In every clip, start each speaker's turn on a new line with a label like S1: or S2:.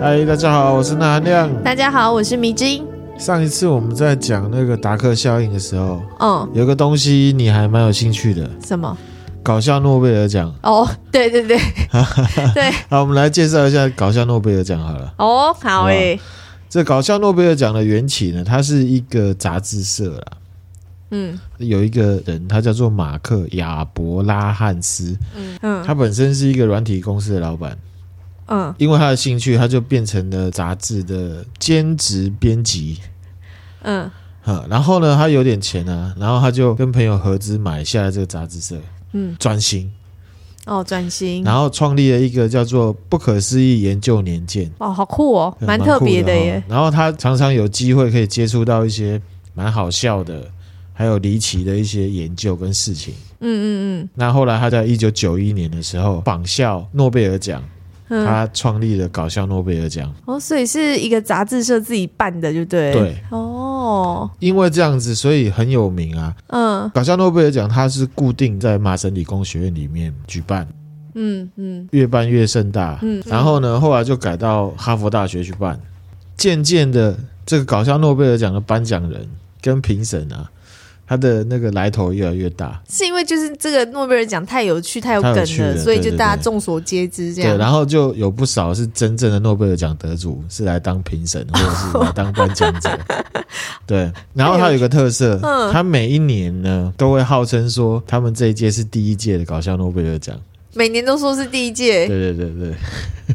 S1: 嗨，大家好，我是那含亮。
S2: 大家好，我是迷之音。
S1: 上一次我们在讲那个达克效应的时候，
S2: 嗯，
S1: 有个东西你还蛮有兴趣的，
S2: 什么？
S1: 搞笑诺贝尔奖。
S2: 哦，对 对对，对，
S1: 好，我们来介绍一下搞笑诺贝尔奖好了。
S2: 哦，好诶、
S1: 这搞笑诺贝尔奖的缘起呢，它是一个杂志社啦。
S2: 嗯
S1: 有一个人，他叫做马克亚伯拉罕斯，
S2: 嗯
S1: 他本身是一个软体公司的老板，
S2: 嗯，
S1: 因为他的兴趣，他就变成了杂志的兼职编辑。
S2: 嗯，
S1: 哈，然后呢，他有点钱啊，然后他就跟朋友合资买下了这个杂志社，
S2: 嗯，
S1: 专心，
S2: 哦，转型，
S1: 然后创立了一个叫做“不可思议研究年鉴
S2: 哦，好酷哦”，，
S1: 嗯
S2: 蛮特
S1: 酷
S2: 别
S1: 的
S2: 的
S1: 哈
S2: 耶。
S1: 然后他常常有机会可以接触到一些蛮好笑的，还有离奇的一些研究跟事情。
S2: 嗯嗯
S1: 那后来他在一九九一年的时候仿效诺贝尔奖，
S2: 嗯嗯，
S1: 他创立了搞笑诺贝尔奖。
S2: 哦，所以是一个杂志社自己办的，就对。。
S1: 对，
S2: 哦，
S1: 因为这样子，所以很有名啊。
S2: 嗯
S1: 搞笑诺贝尔奖它是固定在麻省理工学院里面举办，
S2: 嗯嗯
S1: 越办越盛大。
S2: 嗯，
S1: 然后呢，后来就改到哈佛大学去办。渐渐的，这个搞笑诺贝尔奖的颁奖人跟评审啊，他的那个来头越来越大。
S2: 是因为就是这个诺贝尔奖太有趣、太有梗
S1: 太有趣了
S2: 所以就
S1: 对对
S2: 大家
S1: 对
S2: 众所皆知这
S1: 对，
S2: 样。
S1: 然后就有不少是真正的诺贝尔奖得主，是来当评审或者是来当颁 奖者。对，然后它有一个特色，
S2: 嗯
S1: 它每一年呢都会号称说他们这一届是第一届的搞笑诺贝尔奖。
S2: 每年都说是第一届，
S1: 对对对对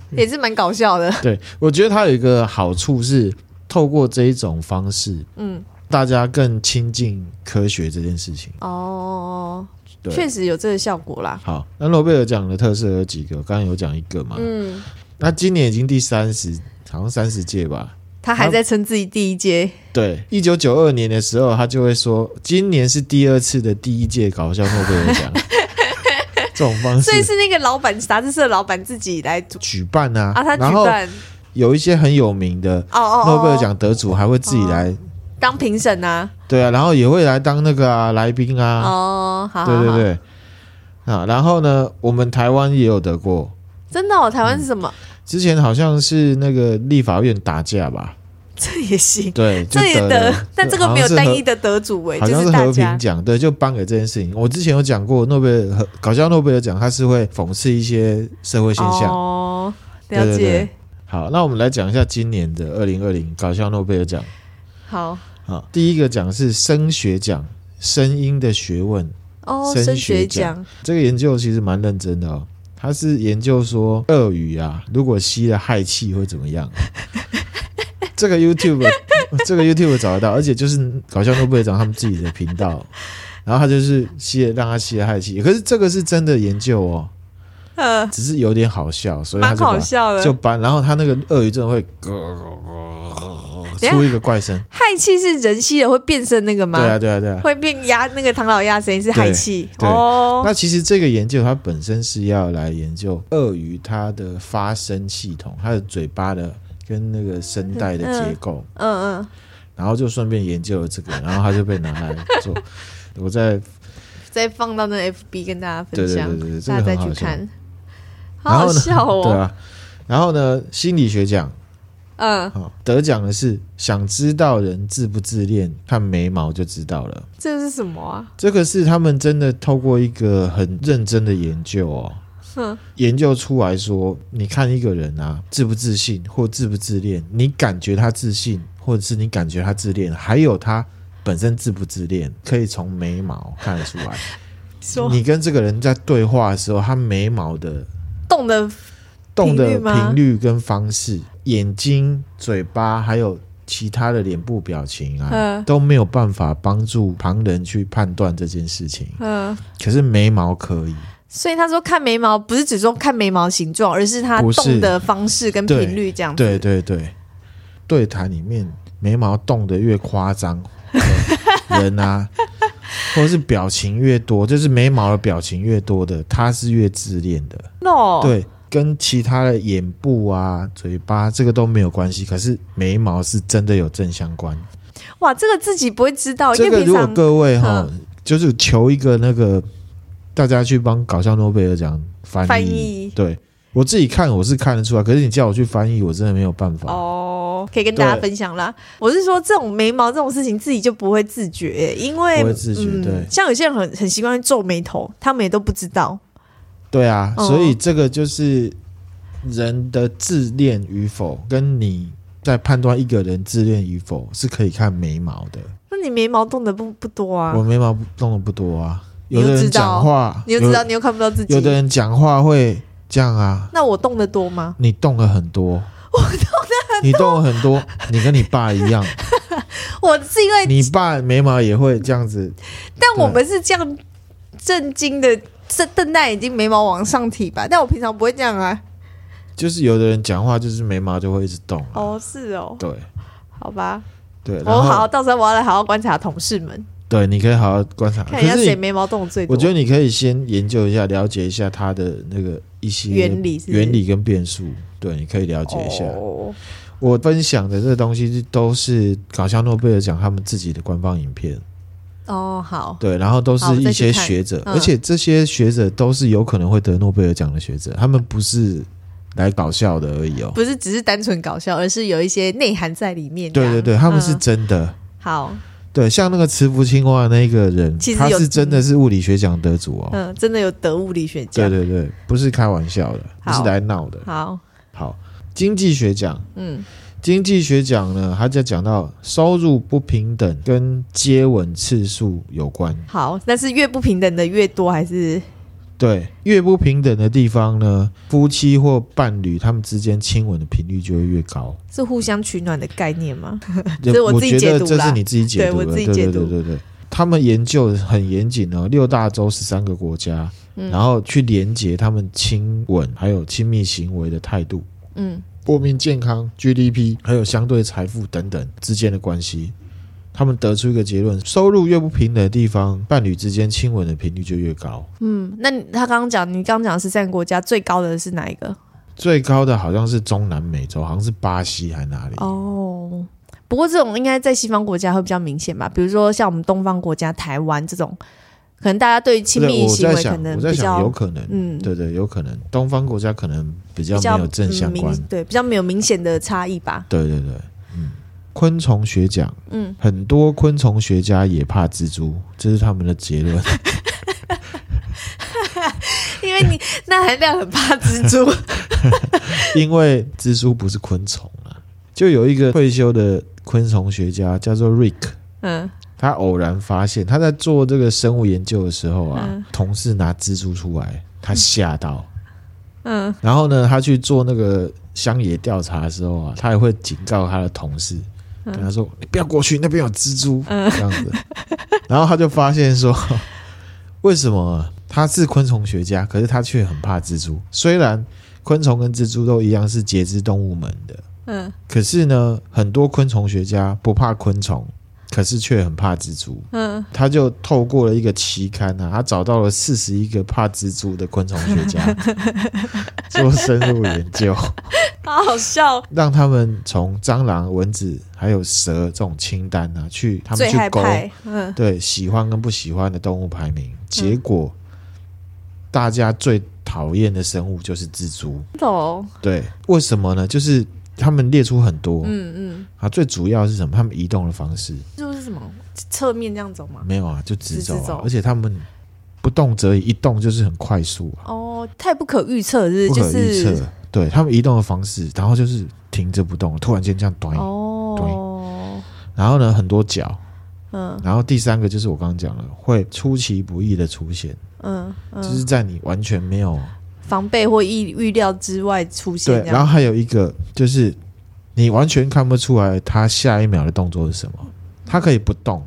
S2: 也是蛮搞笑的。
S1: 对，我觉得它有一个好处是，透过这一种方式，
S2: 嗯，
S1: 大家更亲近科学这件事情。
S2: 哦，
S1: 对
S2: 确实有这个效果啦。
S1: 好，那诺贝尔奖的特色有几个？刚刚有讲一个嘛，
S2: 嗯，
S1: 那今年已经第三十，好像三十届吧。
S2: 他还在称自己第一届。
S1: 对，一九九二年的时候，他就会说，今年是第二次的第一届搞笑诺贝尔 奖，这种 方式
S2: 所以是那个老板杂志社老板自己来主
S1: 举办啊。
S2: 啊，他举
S1: 然后
S2: 办
S1: 有一些很有名的
S2: 哦哦，哦哦
S1: 诺贝尔奖得主还会自己来，
S2: 当评审啊，
S1: 对啊，然后也会来当那个啊来宾啊，
S2: 哦，好，好
S1: 对对，
S2: 好
S1: 对。啊，然后呢，我们台湾也有得过，
S2: 真的哦，台湾是什么？
S1: 之前好像是那个立法院打架吧，
S2: 这也行，
S1: 对，就
S2: 这也
S1: 得
S2: 得
S1: 了，，
S2: 但这个没有
S1: 好像是
S2: 单
S1: 和
S2: 一的得主哎，
S1: 好
S2: 就
S1: 像是
S2: 大
S1: 和
S2: 家
S1: 平，奖，对，就颁给这件事情。我之前有讲过，诺贝尔和搞笑诺贝尔奖，它是会讽刺一些社会现象。
S2: 哦，
S1: 对
S2: 了
S1: 对对
S2: 解，
S1: 好，那我们来讲一下今年的二零二零搞笑诺贝尔奖
S2: 好，
S1: 啊。第一个奖是声学奖，声音的学问。
S2: 哦，
S1: 声
S2: 升
S1: 学
S2: 学
S1: 奖
S2: 奖，
S1: 这个研究其实蛮认真的哦，它是研究说鳄鱼啊，如果吸了氦气会怎么样。这个 YouTube，这个 YouTube 找得到，而且就是搞笑诺贝尔奖他们自己的频道，然后他就是吸了，让他吸了氦气。可是这个是真的研究哦，
S2: 呃，
S1: 只是有点好笑，所以他
S2: 蛮
S1: 就把
S2: 好笑
S1: 就
S2: 的。
S1: 搬，然后他那个鳄鱼真的会
S2: 下
S1: 出一个怪声，
S2: 氦气是人吸了会变身那个吗？
S1: 对啊，对啊，对啊。
S2: 会变鸭那个唐老鸭声音是氦气
S1: 对对
S2: 哦
S1: 那其实这个研究它本身是要来研究鳄鱼它的发声系统，它的嘴巴的跟那个声带的结构，
S2: 嗯嗯，
S1: 然后就顺便研究了这个，然后它就被拿来做。 我在
S2: 再放到那 FB 跟大家
S1: 对对
S2: 分享
S1: 对，对，对这
S2: 大
S1: 个
S2: 家再
S1: 很好
S2: 去
S1: 笑。
S2: 看，
S1: 然
S2: 好
S1: 后
S2: 好
S1: 呢
S2: 笑
S1: 对
S2: 哦，
S1: 啊，然后呢，心理学奖
S2: 嗯，
S1: 好得奖的是想知道人自不自恋，看眉毛就知道了。
S2: 这是什么啊？
S1: 这个是他们真的透过一个很认真的研究哦，
S2: 哼，
S1: 研究出来说，你看一个人啊，自不自信或自不自恋，你感觉他自信，或者是你感觉他自恋，还有他本身自不自恋，可以从眉毛看得出来。
S2: 说
S1: 你跟这个人在对话的时候，他眉毛的
S2: 动的
S1: 动的
S2: 频率吗
S1: 频率跟方式，眼睛、嘴巴还有其他的脸部表情啊
S2: 嗯，
S1: 都没有办法帮助旁人去判断这件事情。
S2: 嗯，
S1: 可是眉毛可以，
S2: 所以他说看眉毛不是只说看眉毛形状，而是他
S1: 不是
S2: 动的方式跟
S1: 对
S2: 频率这样子。
S1: 对对对，对谈里面眉毛动得越夸张，呃人啊，或者是表情越多，就是眉毛的表情越多的，他是越自恋的。
S2: ，no，，
S1: 对，跟其他的眼部啊、嘴巴这个都没有关系，可是眉毛是真的有正相关。
S2: 哇，这个自己不会知道，
S1: 这
S2: 哦因为
S1: 个
S2: 平
S1: 如果
S2: 常嗯
S1: 各位哈，就是求一个那个大家去帮搞笑诺贝尔奖翻
S2: 翻译
S1: 对。我自己看我是看得出来，可是你叫我去翻译，我真的没有办法。
S2: 哦，可以跟大家
S1: 对
S2: 分享啦。我是说，这种眉毛这种事情自己就不会自觉、因为嗯
S1: 不会自觉对
S2: 像有些人很很习惯皱眉头，他们也都不知道。
S1: 对啊，
S2: 哦
S1: 所以这个就是人的自恋与否，跟你在判断一个人自恋与否是可以看眉毛的。
S2: 那你眉毛动的不不多啊
S1: 我，眉毛弄的不多啊，
S2: 你
S1: 有
S2: 就
S1: 的
S2: 知
S1: 人
S2: 道
S1: 讲话，
S2: 你就知道你又看不到自己。
S1: 有，有的人讲话会这样啊，
S2: 那我动的多吗？
S1: 你动了很多，我动了很多，你动了很多，你跟你爸一 样，
S2: 我是因为，
S1: 你爸眉毛也会这样子，
S2: 但我们是这样震惊的，这瞪大眼睛，眉毛往上提吧。但我平常不会这样啊。
S1: 就是有的人讲话就是眉毛就会一直动啊、
S2: 哦，是哦，
S1: 对
S2: 好吧，
S1: 对，然后
S2: 我好，到时候我要来好好观察同事们，
S1: 对，你可以好好观察，
S2: 看
S1: 可
S2: 一下
S1: 是
S2: 谁
S1: 你
S2: 眉毛动的最多。
S1: 我觉得你可以先研究一下，了解一下它的那个一些
S2: 原理是不是
S1: 原理跟变数。对，你可以了解一下。
S2: 哦
S1: 我分享的这个东西是都是搞笑诺贝尔奖他们自己的官方影片，
S2: 哦，好，
S1: 对，然后都是
S2: 好我再
S1: 一
S2: 去
S1: 些
S2: 看
S1: 学者，
S2: 嗯
S1: 而且这些学者都是有可能会得诺贝尔奖的学者，他们不是来搞笑的而已哦。
S2: 不是只是单纯搞笑，而是有一些内涵在里面这
S1: 对
S2: 样。
S1: 对对，他们是哦
S2: 嗯
S1: 真的。
S2: 好，
S1: 对，像那个慈福青蛙的那个人
S2: 其，实
S1: 他
S2: 有
S1: 是真的是物理学奖得主哦。
S2: 嗯，真的有得物理学
S1: 对
S2: 奖。
S1: 对对，不是开玩笑的，不
S2: 好
S1: 是来闹的。
S2: 好，
S1: 好，经济学奖，
S2: 嗯，
S1: 经济学奖呢，它就讲到收入不平等跟接吻次数有关。
S2: 好，那是越不平等的越多，还是
S1: 对，越不平等的地方呢，夫妻或伴侣他们之间亲吻的频率就会越 高。
S2: 是互相取暖的概念吗？
S1: 这
S2: 是我
S1: 我
S2: 自己
S1: 觉
S2: 解
S1: 得
S2: 读
S1: 这
S2: 啦
S1: 是你自己解
S2: 对
S1: 读
S2: 我
S1: 的，
S2: 自己
S1: 对对
S2: 解
S1: 对
S2: 读
S1: 对对。他们研究很严谨哦，六大洲十三个国家，
S2: 嗯
S1: 然后去连接他们亲吻还有亲密行为的态度。
S2: 嗯，
S1: 国民健康、GDP 还有相对财富等等之间的关系。他们得出一个结论：收入越不平等的地方，伴侣之间亲吻的频率就越高。
S2: 嗯，那你他刚刚讲，你刚刚讲十三个国家最高的是哪一个？
S1: 最高的好像是中南美洲，好像是巴西还哪里？
S2: 哦，不过这种应该在西方国家会比较明显吧？比如说像我们东方国家台湾这种，可能大家对
S1: 不
S2: 亲
S1: 对，
S2: 密
S1: 我
S2: 行
S1: 在
S2: 为可
S1: 想，
S2: 能
S1: 我在
S2: 比
S1: 想，有
S2: 较
S1: 可能，
S2: 嗯
S1: 对对，有可能，东方国家可能比较
S2: 比较
S1: 没有正相
S2: 嗯
S1: 关。
S2: 明对，比较没有明显的差异吧？
S1: 对对对，嗯，昆虫学奖，
S2: 嗯，
S1: 很多昆虫学家也怕蜘蛛，这是他们的结 论。
S2: 因为你 那含量很怕 蜘蛛，
S1: 因为蜘蛛不是昆虫啊。就有一个退休的昆虫学家叫做 Rick，
S2: 嗯，
S1: 他偶然发现他在做这个生物研究的时候啊，
S2: 嗯
S1: 同事拿蜘蛛出来，他吓到。
S2: 嗯，
S1: 然后呢，他去做那个乡野调查的时候啊，他也会警告他的同事，
S2: 嗯
S1: 跟他说：“你不要过去，那边有蜘蛛。这样子。 然后他就发现说， 为什么他是昆虫学家，可是他却很怕蜘蛛？虽然昆虫跟蜘蛛都一样是节肢动物门的，
S2: 嗯，
S1: 可是呢，很多昆虫学家不怕昆虫，可是却很怕蜘蛛。
S2: 嗯，
S1: 他就透过了一个期刊啊，他找到了四十一个怕蜘蛛的昆虫学 家做深入研究，
S2: 好好笑。哦
S1: 让他们从蟑螂、蚊子还有蛇这种清单啊，去他们
S2: 最
S1: 去
S2: 害
S1: 勾
S2: 怕，嗯，
S1: 对喜欢跟不喜欢的动物排名，结果、
S2: 嗯
S1: 大家最讨厌的生物就是蜘蛛。
S2: 懂，
S1: 对，为什么呢？就是他们列出很多、
S2: 嗯嗯，
S1: 啊，最主要是什么？他们移动的方式
S2: 就是什么侧面这样走嘛。
S1: 没有啊，就直走、啊，
S2: 直走
S1: 而且他们不动则已，一动就是很快速啊，
S2: 哦，太不可预测，是
S1: 不
S2: 不是
S1: 可
S2: 就
S1: 预测。
S2: 是
S1: 对他们移动的方式，然后就是停着不动，突然间这样短，
S2: 哦，
S1: 然后呢很多脚，
S2: 嗯
S1: 然后第三个就是我刚刚讲了，会出其不意的出现，
S2: 嗯
S1: 就是
S2: 嗯，
S1: 在你完全没有
S2: 防备或意预料之外出现
S1: 对，
S2: 这
S1: 然后
S2: 样。
S1: 还有一个就是你完全看不出来他下一秒的动作是什么，他可以不动，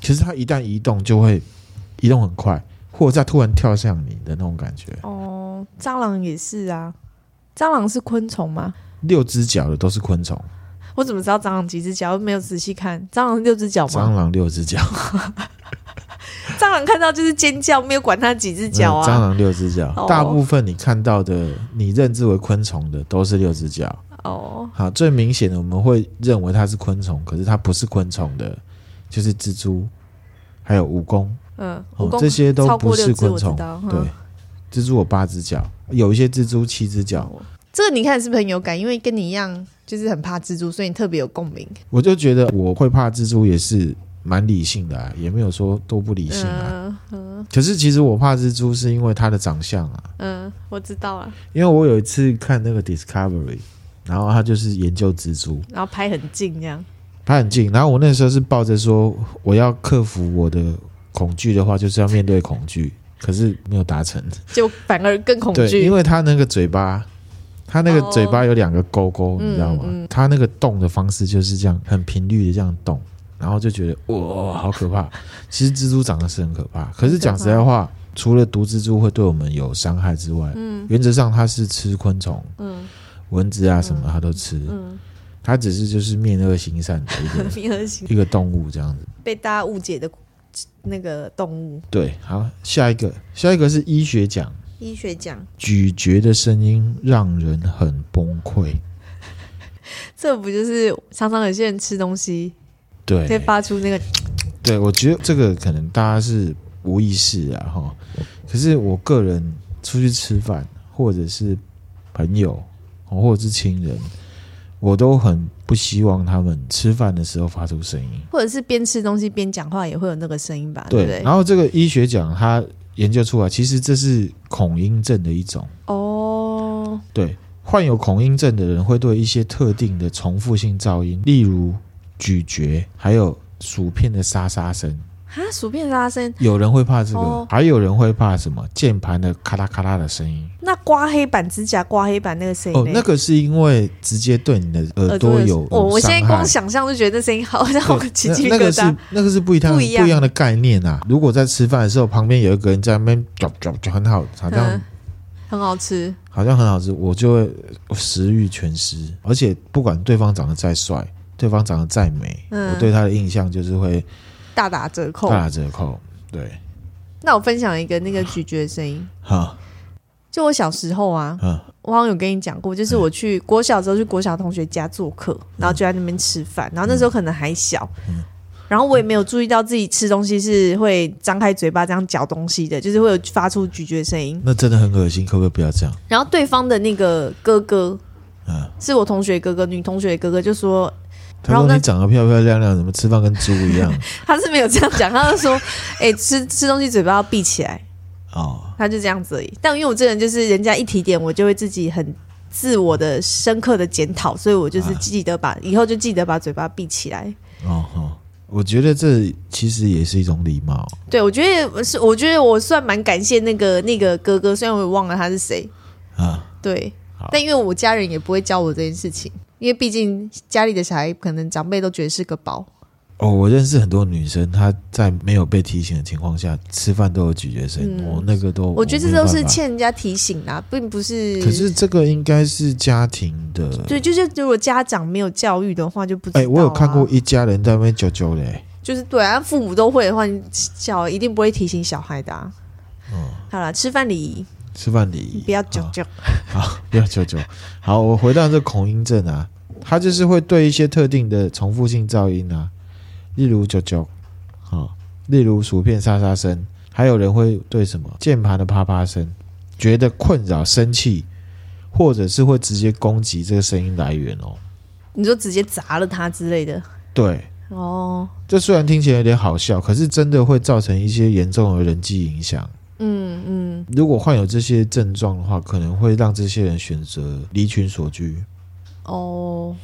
S1: 其实他一旦移动就会移动很快，或者他突然跳向你的那种感觉。
S2: 哦，蟑螂也是啊，蟑螂是昆虫吗？
S1: 六只脚的都是昆虫，
S2: 我怎么知道蟑螂几只脚？我没有仔细看，蟑螂是六只脚吗？
S1: 蟑螂六只脚，
S2: 蟑螂看到就是尖叫，没有管它几只
S1: 没有
S2: 脚
S1: 蟑
S2: 啊。
S1: 螂六只脚
S2: 哦，
S1: 大部分你看到的你认知为昆虫的都是六只脚。
S2: 哦，
S1: 好，最明显的我们会认为它是昆虫，可是它不是昆虫的，就是蜘蛛，还有蜈蚣。
S2: 嗯，
S1: 哦
S2: 蜈蚣
S1: 这些都
S2: 超过
S1: 不是
S2: 六只，
S1: 昆
S2: 我知
S1: 虫
S2: 道。
S1: 对
S2: 嗯，
S1: 蜘蛛有八只脚，有一些蜘蛛七只脚。
S2: 这个你看是不是很有感？因为跟你一样就是很怕蜘蛛，所以你特别有共鸣。
S1: 我就觉得我会怕蜘蛛也是蛮理性的、啊，也没有说多不理性啊。
S2: 嗯嗯
S1: 可是其实我怕蜘蛛是因为它的长相啊，
S2: 嗯，我知道了。
S1: 因为我有一次看那个 Discovery，然后他就是研究蜘蛛，
S2: 然后拍很近这样，
S1: 他很近。然后我那时候是抱着说我要克服我的恐惧的话，就是要面对恐惧，可是没有达成。
S2: 就反而更恐
S1: 对，
S2: 惧
S1: 因。为它那个嘴巴，它那个
S2: 哦
S1: 嘴巴有两个勾勾，
S2: 嗯
S1: 你知道吗
S2: 嗯？
S1: 它那个动的方式就是这样，很频率的这样动，然后就觉得哇、好可怕。其实蜘蛛长得是很可怕，可是讲实在话，除了毒蜘蛛会对我们有伤害之外，
S2: 嗯
S1: 原则上它是吃昆虫、
S2: 嗯
S1: 蚊子啊什么它都吃，
S2: 嗯，
S1: 它只是就是面恶行善的一 个
S2: 平衡型
S1: 一个动物这样子。
S2: 被大家误解的那个动物
S1: 对，好，下一个，下一个是医学奖。
S2: 医学奖，
S1: 咀嚼的声音让人很崩溃，
S2: 这不就是常常有些人吃东西
S1: 对，
S2: 会发出那个
S1: 对，我觉得这个可能大家是无意识啊，哈。可是我个人出去吃饭，或者是朋友，哦或者是亲人，我都很不希望他们吃饭的时候发出声音。
S2: 或者是边吃东西边讲话也会有那个声音吧，啊对
S1: 对，
S2: 不对？
S1: 然后这个医学奖它研究出来，其实这是恐音症的一种。
S2: 哦，
S1: 对，患有恐音症的人会对一些特定的重复性噪音，例如咀嚼，还有薯片的沙沙声，
S2: 哈，薯片拉声，
S1: 有人会怕这个，
S2: 哦
S1: 还有人会怕什么？键盘的咔啦咔啦的声音。
S2: 那刮黑板指甲刮黑板那个声音
S1: 哦
S2: 呢，，
S1: 那个是因为直接对你的耳朵
S2: 的
S1: 有
S2: 哦，我现在光
S1: 光
S2: 想象就觉得那声音好 让我起鸡皮
S1: 那
S2: 疙
S1: 个是
S2: 瘩。
S1: 那个是不一样
S2: 不一样
S1: 一样的概念啊！如果在吃饭的时候，旁边有一个人在那边嚼嚼嚼，很好，好像、
S2: 嗯很好吃，
S1: 好像很好吃，我就会我食欲全失。而且不管对方长得再帅，对方长得再美，
S2: 嗯
S1: 哦我对他的印象就是会
S2: 大打折扣
S1: 大。打折
S2: 哦
S1: 扣。对，
S2: 那我分享一个那个咀嚼的声音，
S1: 哈，
S2: 就我小时候啊，
S1: 嗯
S2: 我好像有跟你讲过，就是我去国小的时候去国小同学家做客，然后就在那边吃饭，然后那时候可能还小，然后我也没有注意到自己吃东西是会张开嘴巴这样嚼东西的，就是会有发出咀嚼声音。
S1: 那真的很恶心，可不可以不要这样？
S2: 然后对方的那个哥哥
S1: 嗯，
S2: 是我同学哥哥，女同学哥哥就说
S1: 他
S2: 然后
S1: 说
S2: 那
S1: 你长得漂漂亮亮，怎么吃饭跟猪一样？
S2: 他是没有这样讲，他就说， 哎、吃吃东西嘴巴要闭起来，
S1: 哦，
S2: 他就这样子而已。但因为我这人就是人家一提点，我就会自己很自我的深刻的检讨，所以我就是
S1: 啊
S2: 记得把、以后就记得把嘴巴闭起来。
S1: 哦哦，我觉得这其实也是一种礼貌。
S2: 对，我觉得是，我觉得我算蛮感谢那个那个哥哥，虽然我也忘了他是谁，
S1: 啊，
S2: 对
S1: 好，
S2: 但因为我家人也不会教我这件事情，因为毕竟家里的小孩可能长辈都觉得是个宝，
S1: 哦，我认识很多女生，她在没有被提醒的情况下，吃饭都有咀嚼声，
S2: 嗯
S1: 我、那个都，
S2: 我觉得
S1: 没
S2: 这
S1: 有
S2: 都是
S1: 办法。
S2: 欠人家提醒啦、并不是。
S1: 可是这个应该是家庭的，
S2: 对，就是如果家长没有教育的话，就不知道、
S1: 哎、
S2: 啊。
S1: 我有看过，一家人在那边嚼嚼嘞，
S2: 就是对啊，父母都会的话，你小孩一定不会提醒小孩的、啊。
S1: 嗯
S2: 好了，吃饭礼仪
S1: 吃饭礼仪
S2: 不要讲
S1: 好
S2: 讲，
S1: 好，不要久久。好，我回到这恐音症啊，它就是会对一些特定的重复性噪音啊，例如久久，好、例如薯片沙沙声，还有人会对什么键盘的啪啪声觉得困扰、生气，或者是会直接攻击这个声音来源哦。
S2: 你就直接砸了他之类的。
S1: 对，
S2: 哦，
S1: 这虽然听起来有点好笑，可是真的会造成一些严重的人际影响。
S2: 嗯嗯，
S1: 如果患有这些症状的话，可能会让这些人选择离群索居。
S2: 哦，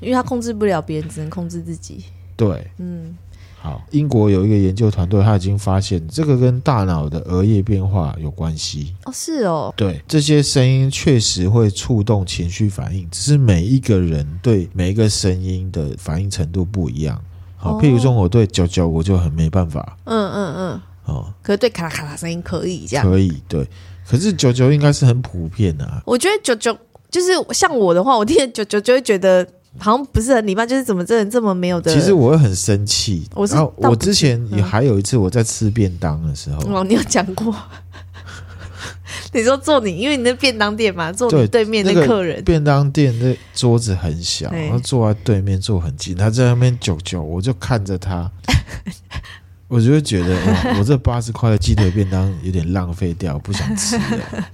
S2: 因为他控制不了别人，只能控制自己。
S1: 对，
S2: 嗯，
S1: 好，英国有一个研究团队，他已经发现这个跟大脑的额叶变化有关系。
S2: 哦是哦，
S1: 对，这些声音确实会触动情绪反应，只是每一个人对每一个声音的反应程度不一样。好，
S2: 哦
S1: 譬如说我对九九我就很没办法
S2: 嗯嗯嗯，
S1: 哦，
S2: 可是对咔啦咔啦声音可以这样。
S1: 可以对，可是九九应该是很普遍的、啊。
S2: 我觉得九九就是像我的话，我听了九九就会觉得好像不是很礼貌，就是怎么这人这么没有的。
S1: 其实我会很生气，
S2: 我是
S1: 然后
S2: 倒
S1: 我
S2: 不
S1: 之前也
S2: 嗯
S1: 还有一次我在吃便当的时候，
S2: 哦，你有讲过。 你说坐你，因为你那便当店嘛，坐你
S1: 对
S2: 对面的
S1: 那个
S2: 客人，
S1: 便当店的桌子很小，
S2: 对
S1: 然后坐在对面坐很近，他在那边久久，我就看着他，我就会觉得哇，我这八十块的鸡腿便当有点浪费掉，不想吃 了。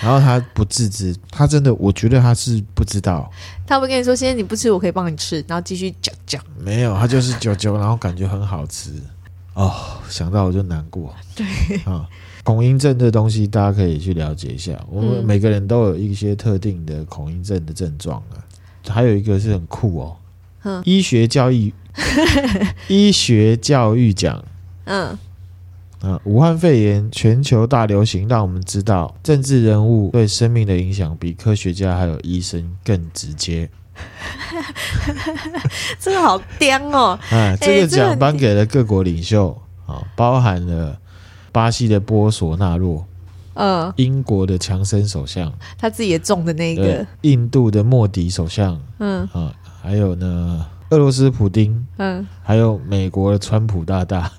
S1: 然后他不自知，他真的，我觉得他是不知道，
S2: 他会跟你说：“先生，你不吃，我可以帮你吃。”然后继续讲讲。
S1: 没有，他就是九九，然后感觉很好吃哦，想到我就难过。对啊，恐音症这东西大家可以去了解一下，我们
S2: 嗯
S1: 每个人都有一些特定的恐音症的症状啊，还有一个是很酷哦，
S2: 嗯
S1: 医学教育，医学教育奖。
S2: 嗯，
S1: 啊，武汉肺炎全球大流行，让我们知道政治人物对生命的影响比科学家还有医生更直接。
S2: 这个好颠哦。
S1: 哎，这
S2: 哎
S1: 个
S2: 这个
S1: 奖
S2: 很
S1: 颁给了各国领袖，啊，包含了巴西的波索纳洛、
S2: 嗯，
S1: 英国的强森首相、
S2: 他自己也中的那
S1: 对
S2: 个。
S1: 印度的莫迪首相
S2: 嗯
S1: 啊，还有呢俄罗斯普丁，
S2: 嗯，
S1: 还有美国的川普大 大。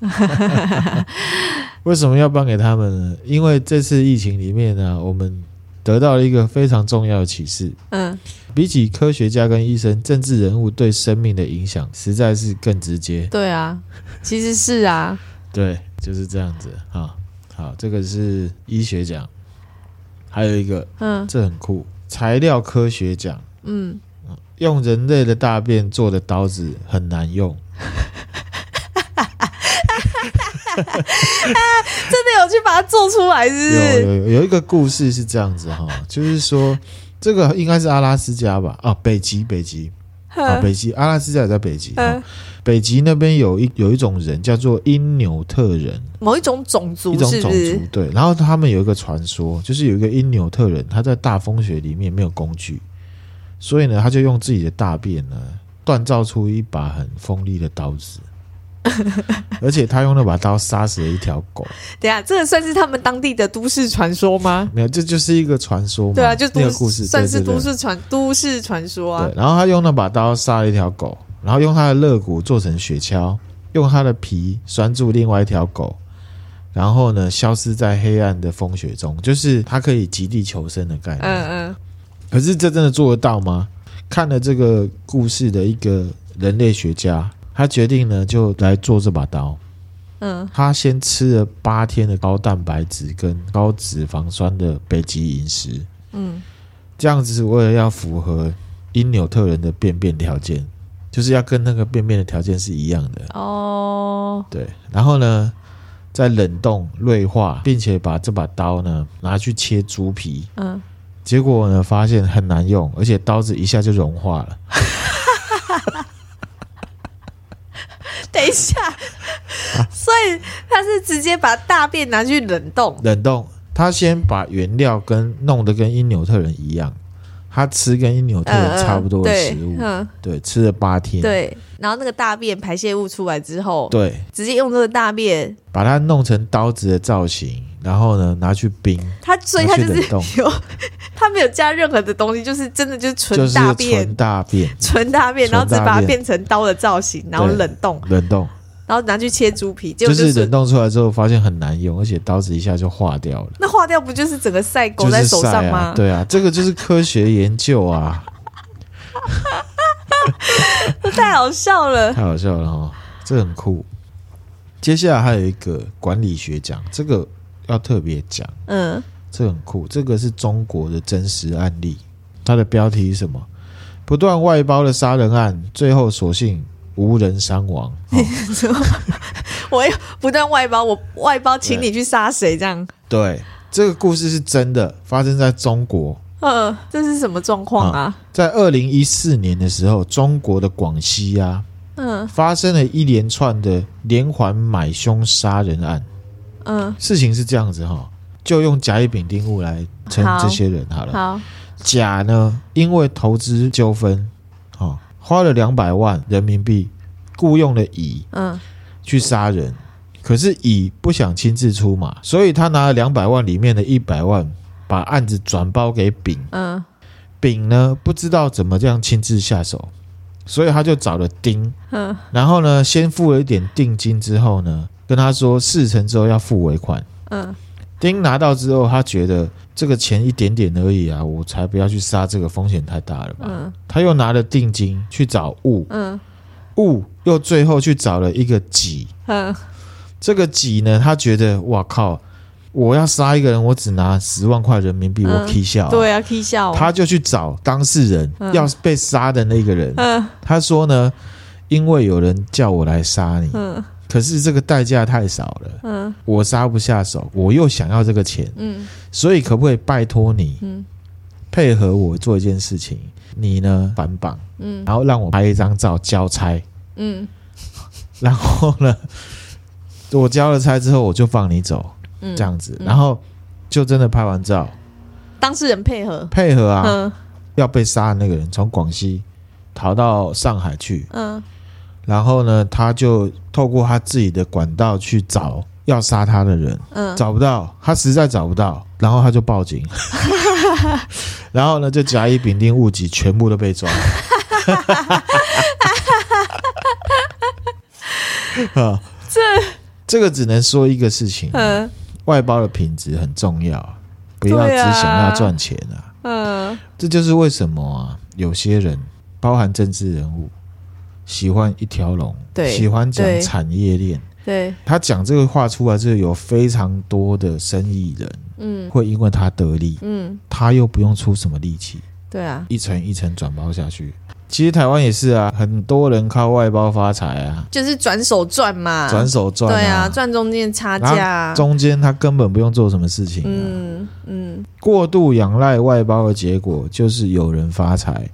S1: 为什么要颁给他们呢？因为这次疫情里面呢、我们得到了一个非常重要的启示：
S2: 嗯，
S1: 比起科学家跟医生，政治人物对生命的影响实在是更直接。
S2: 对啊，其实是啊。
S1: 对，就是这样子啊。好，这个是医学奖，还有一个
S2: 嗯
S1: 这很酷，材料科学奖。
S2: 嗯，
S1: 用人类的大便做的刀子很难用，
S2: 真的有去把它做出来，是不
S1: 有
S2: 是？
S1: 有有一个故事是这样子哈，就是说这个应该是阿拉斯加吧？啊，北极，北极啊，北极，阿拉斯加也在北极。
S2: 嗯
S1: 啊北极那边有一有一种人叫做因纽特人，
S2: 某一种种族
S1: 一种
S2: 是
S1: 种
S2: 不
S1: 族
S2: 是？
S1: 对。然后他们有一个传说，就是有一个因纽特人，他在大风雪里面没有工具，所以呢，他就用自己的大便呢锻造出一把很锋利的刀 子，而且他用那把刀杀死了一条狗。
S2: 等一下，这个算是他们当地的都市传说吗？
S1: 没有，这就是一个传说嘛。
S2: 对啊，就都
S1: 嗯那个故事，
S2: 算是
S1: 对对
S2: 都
S1: 对
S2: 市传都市传说啊
S1: 对。，然后他用那把刀杀了一条狗，然后用他的肋骨做成雪橇，用他的皮拴住另外一条狗，然后呢消失在黑暗的风雪中，就是他可以极地求生的概念。
S2: 嗯嗯
S1: 可是这真的做得到吗？看了这个故事的一个人类学家，他决定呢就来做这把刀。
S2: 嗯，
S1: 他先吃了八天的高蛋白质跟高脂肪酸的北极饮食，
S2: 嗯，
S1: 这样子是为了要符合因纽特人的便便条件，就是要跟那个便便的条件是一样的。
S2: 哦，
S1: 对，然后呢，再冷冻锐化，并且把这把刀呢拿去切猪皮，
S2: 嗯，
S1: 结果呢发现很难用，而且刀子一下就融化了。
S2: 等一下，
S1: 啊
S2: 所以他是直接把大便拿去冷冻，
S1: 冷冻，他先把原料跟弄得跟因纽特人一样，他吃跟因纽特
S2: 嗯，
S1: 人
S2: 嗯
S1: 差不多的食物，
S2: 对嗯，
S1: 对，吃了八天，
S2: 对。然后那个大便排泄物出来之后，
S1: 对，
S2: 直接用这个大便，
S1: 把它弄成刀子的造型，然后呢拿去冰，
S2: 他所以他就
S1: 拿去冷冻
S2: 是有， 他没有加任何的东西，就是真的就是
S1: 就
S2: 纯
S1: 是
S2: 大便。
S1: 纯大便
S2: 纯大便，
S1: 纯
S2: 然后只
S1: 大
S2: 把它
S1: 便
S2: 变成刀的造型，然后
S1: 对
S2: 冷冻，
S1: 冷冻，
S2: 然后拿去切猪皮，结
S1: 就
S2: 果就是
S1: 冷冻出来之后发现很难用，而且刀子一下就化掉了，
S2: 那化掉不就是整个晒
S1: 就
S2: 狗在
S1: 是
S2: 手上
S1: 晒啊
S2: 吗，？
S1: 对啊，这个就是科学研究 啊，
S2: 这 太好笑了。
S1: 太好笑了哈，这很酷。接下来还有一个管理学奖，这个要特别讲。
S2: 嗯，
S1: 这很酷，这个是中国的真实案例。它的标题是什么？不断外包的杀人案，最后所幸无人伤亡。 哦
S2: 我要不断外包，我外包请你去杀谁这样？
S1: 对，这个故事是真的，发生在中国。
S2: 呃，这是什么状况啊？
S1: 在二零一四年的时候，中国的广西啊，
S2: 嗯
S1: 发生了一连串的连环买凶杀人案。
S2: 嗯，
S1: 事情是这样子哈、就用甲乙丙丁戊来称
S2: 好
S1: 这些人好了。
S2: 好，
S1: 甲呢，因为投资纠纷，哦，花了两百万人民币雇佣了乙
S2: 嗯
S1: 去杀人，可是乙不想亲自出马，所以他拿了两百万里面的一百万，把案子转包给丙。
S2: 嗯
S1: 丙呢，不知道怎么这样亲自下手，所以他就找了丁，
S2: 嗯
S1: 然后呢，先付了一点定金之后呢，跟他说事成之后要付尾款。
S2: 嗯
S1: 丁拿到之后，他觉得这个钱一点点而已啊，我才不要去杀这个，风险太大了吧。
S2: 嗯
S1: 他又拿了定金去找戊，
S2: 嗯
S1: 戊又最后去找了一个己，
S2: 嗯，
S1: 这个己呢，他觉得哇靠，我要杀一个人，我只拿十万块人民币，我
S2: 嗯
S1: K 笑、
S2: 对啊，K 笑，
S1: 他就去找当事人、
S2: 嗯
S1: 要被杀的那个人，
S2: 嗯
S1: 他说呢，因为有人叫我来杀你，
S2: 嗯
S1: 可是这个代价太少了，
S2: 嗯
S1: 我杀不下手，我又想要这个钱，
S2: 嗯
S1: 所以可不可以拜托你
S2: 嗯
S1: 配合我做一件事情？你呢反绑，
S2: 嗯
S1: 然后让我拍一张照交差，
S2: 嗯
S1: 然后呢，我交了差之后我就放你走，
S2: 嗯，
S1: 这样子，
S2: 嗯
S1: 然后就真的拍完照，
S2: 当事人配合，
S1: 配合啊，
S2: 嗯
S1: 要被杀的那个人从广西逃到上海去，
S2: 嗯
S1: 然后呢，他就透过他自己的管道去找要杀他的人，
S2: 嗯，
S1: 找不到，他实在找不到，然后他就报警， 然后呢，就甲乙丙丁戊己全部都被抓。 啊，这这个只能说一个事情，
S2: 嗯
S1: 外包的品质很重要，不要只
S2: 对啊
S1: 想要赚钱啊。
S2: 嗯
S1: 这就是为什么啊，有些人，包含政治人物，喜欢一条龙，
S2: 对
S1: 喜欢讲
S2: 对
S1: 产业链。
S2: 对，
S1: 他讲这个话出来，就有非常多的生意人
S2: 嗯
S1: 会因为他得利，
S2: 嗯，
S1: 他又不用出什么力气，
S2: 对啊，
S1: 一层一层转包下去。其实台湾也是啊，很多人靠外包发财啊，
S2: 就是转手赚嘛，
S1: 转手赚
S2: 对啊，赚中间差价
S1: 然
S2: 啊
S1: 后，中间他根本不用做什么事情、啊，
S2: 嗯嗯
S1: 过度仰赖外包的结果就是有人发财，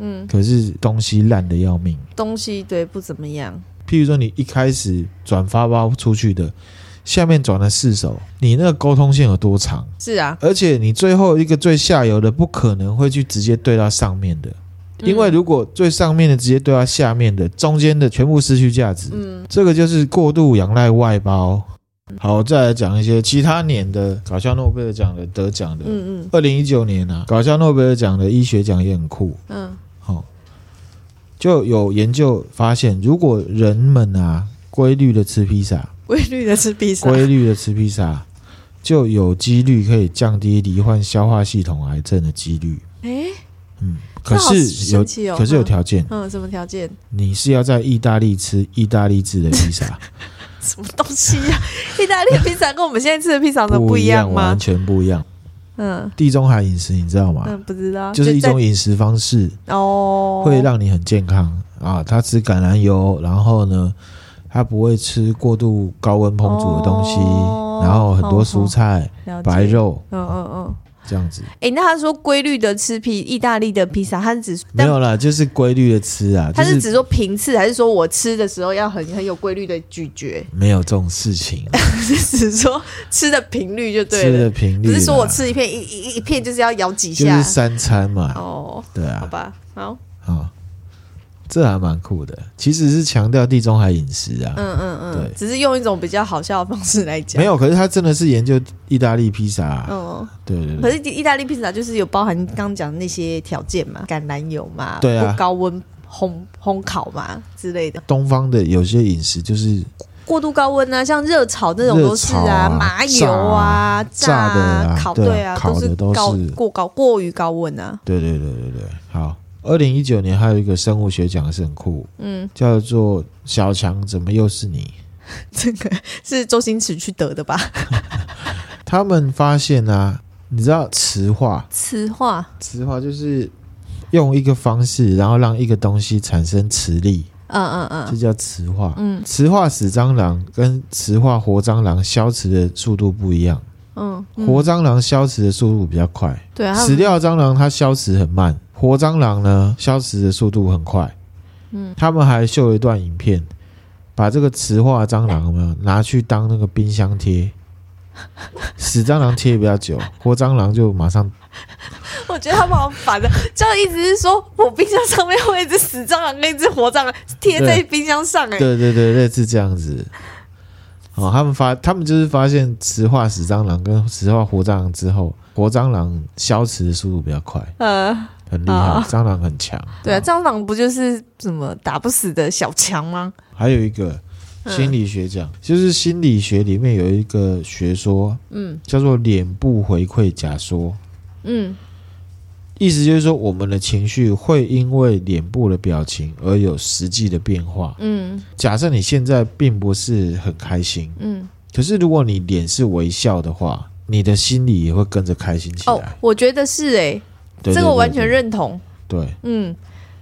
S2: 嗯，
S1: 可是东西烂的要命。
S2: 东西对不怎么样，
S1: 譬如说你一开始转发包出去的，下面转了四手，你那个沟通线有多长？
S2: 是啊，
S1: 而且你最后一个最下游的不可能会去直接对到上面的，
S2: 嗯
S1: 因为如果最上面的直接对到下面的，中间的全部失去价值。
S2: 嗯
S1: 这个就是过度仰赖外包。好，再来讲一些其他年的搞笑诺贝尔奖的得奖的。
S2: 嗯嗯
S1: 二零一九年啊，搞笑诺贝尔奖的医学奖也很酷。
S2: 嗯
S1: 哦，就有研究发现，如果人们啊规律的吃披萨，
S2: 规律的吃披萨，
S1: 规律的吃披萨，就有几率可以降低罹患消化系统癌症的几率。
S2: 哎，
S1: 嗯，可
S2: 这好
S1: 是有
S2: 神奇哦，
S1: 可是有
S2: 嗯
S1: 条件，
S2: 嗯什么条件？
S1: 你是要在意大利吃意大利制的披 萨，
S2: 什么东西呀、 意大利披萨跟我们现在吃的披萨有什么不
S1: 一
S2: 样吗
S1: 完？全不一样。啊
S2: 嗯
S1: 地中海饮食你知道吗？
S2: 嗯，不知道，
S1: 就是一
S2: 在
S1: 种饮食方式，
S2: 哦，
S1: 会让你很健康啊。它吃橄榄油，然后呢，它不会吃过度高温烹煮的东西，
S2: 哦
S1: 然后很多蔬菜、
S2: 了解
S1: 白。肉
S2: 嗯嗯嗯，
S1: 这样子。
S2: 哎、那他说规律的吃披意大利的披萨，他是指
S1: 没有啦，就是规律的吃啊，就
S2: 他是
S1: 是
S2: 只说频次，还是说我吃的时候要很很有规律的咀嚼？
S1: 没有这种事情，
S2: 是只说吃的频率就 对
S1: 吃
S2: 了，
S1: 的频率
S2: 不
S1: 啦
S2: 是说我吃一片一一一片就是要咬几
S1: 就
S2: 下
S1: 是。三餐嘛，
S2: 哦，
S1: 对
S2: 好
S1: 啊，
S2: 吧，好，
S1: 啊，这还蛮酷的。其实是强调地中海饮食啊，
S2: 嗯嗯
S1: 对
S2: 嗯，只是用一种比较好笑的方式来讲。
S1: 没，有，可是他真的是研究意大利披萨啊，
S2: 嗯。
S1: 对对对。
S2: 可是意大利披萨就是有包含刚刚讲的那些条件嘛，橄榄油嘛，
S1: 对啊
S2: 不高温烘烘烤嘛之类的。
S1: 东方的有些饮食就是
S2: 过度高温啊，像热炒那种都是
S1: 热
S2: 啊，
S1: 炒啊
S2: 麻油啊、
S1: 炸啊
S2: 炸
S1: 炸的啊
S2: 烤
S1: 对啊
S2: 对啊，
S1: 烤的
S2: 是
S1: 都
S2: 高
S1: 是
S2: 过高过于高温啊。
S1: 对对对对对，好。二零一九年还有一个生物学奖是很酷，
S2: 嗯，
S1: 叫做“小强怎么又是你
S2: 这个是周星驰去得的吧？”。
S1: 他们发现啊，你知道磁化，
S2: 磁化，
S1: 磁化就是用一个方式，然后让一个东西产生磁力，
S2: 嗯嗯
S1: 这
S2: 嗯
S1: 叫磁化。
S2: 嗯
S1: 磁化死蟑螂跟磁化活蟑螂消磁的速度不一样，
S2: 嗯嗯，
S1: 活蟑螂消磁的速度比较快，
S2: 对啊，他们
S1: 死掉的蟑螂它消磁很慢，活蟑螂呢消磁的速度很快。
S2: 嗯
S1: 他们还秀了一段影片，把这个磁化蟑螂有没有拿去当那个冰箱贴， 死蟑螂贴比较久，活蟑螂就马上
S2: 我觉得他们好烦的，就意思是说我冰箱上面会有一只死蟑螂跟一只活蟑螂贴在
S1: 对
S2: 冰箱上、欸，哎，
S1: 对对对，类似这样子。哦，他们发他们就是发现磁化死蟑螂跟磁化活蟑螂之后，活蟑螂消磁的速度比较快，
S2: 呃，
S1: 很厉害，
S2: 哦
S1: 蟑螂很强。
S2: 对啊，
S1: 哦
S2: 蟑螂不就是什么打不死的小强吗？
S1: 还有一个
S2: 嗯
S1: 心理学奖，就是心理学里面有一个学说
S2: 嗯
S1: 叫做脸部回馈假说。
S2: 嗯
S1: 意思就是说，我们的情绪会因为脸部的表情而有实际的变化。
S2: 嗯
S1: 假设你现在并不是很开心，
S2: 嗯。
S1: 可是如果你脸是微笑的话，你的心里也会跟着开心起
S2: 哦
S1: 来。，
S2: 我觉得是哎、
S1: 对
S2: 这个我完全。
S1: 对
S2: 认同。
S1: 对对，
S2: 嗯，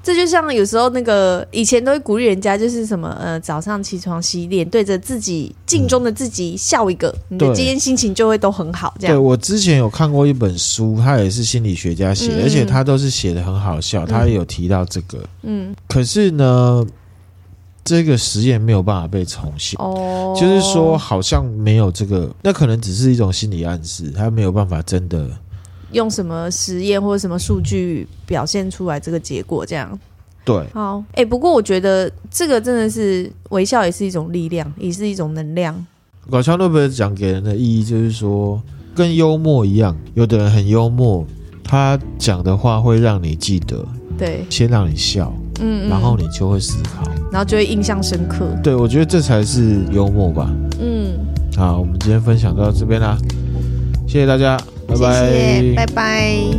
S2: 这就像有时候那个以前都会鼓励人家，就是什么呃，早上起床洗脸，对着自己镜中的自己笑一个，你的
S1: 对
S2: 今天心情就会都很好。这
S1: 对
S2: 样，
S1: 我之前有看过一本书，他也是心理学家写，
S2: 嗯
S1: 的，而且他都是写的很好笑，他也有提到这个。
S2: 嗯，
S1: 可是呢，这个实验没有办法被重现。
S2: 哦，
S1: 就是说，好像没有这个，那可能只是一种心理暗示，他没有办法真的
S2: 用什么实验或者什么数据表现出来这个结果，这样。
S1: 对
S2: 好，哎、不过我觉得这个真的是微笑也是一种力量，也是一种能量。
S1: 搞笑诺贝尔奖给人的意义就是说，跟幽默一样，有的人很幽默，他讲的话会让你记得，
S2: 对，
S1: 先让你笑，
S2: 嗯，嗯
S1: 然后你就会思考。
S2: 然后就会印象深刻。
S1: 对，我觉得这才是幽默吧。
S2: 嗯，
S1: 好，我们今天分享到这边啦，谢谢大家，拜拜，
S2: 谢谢，拜拜。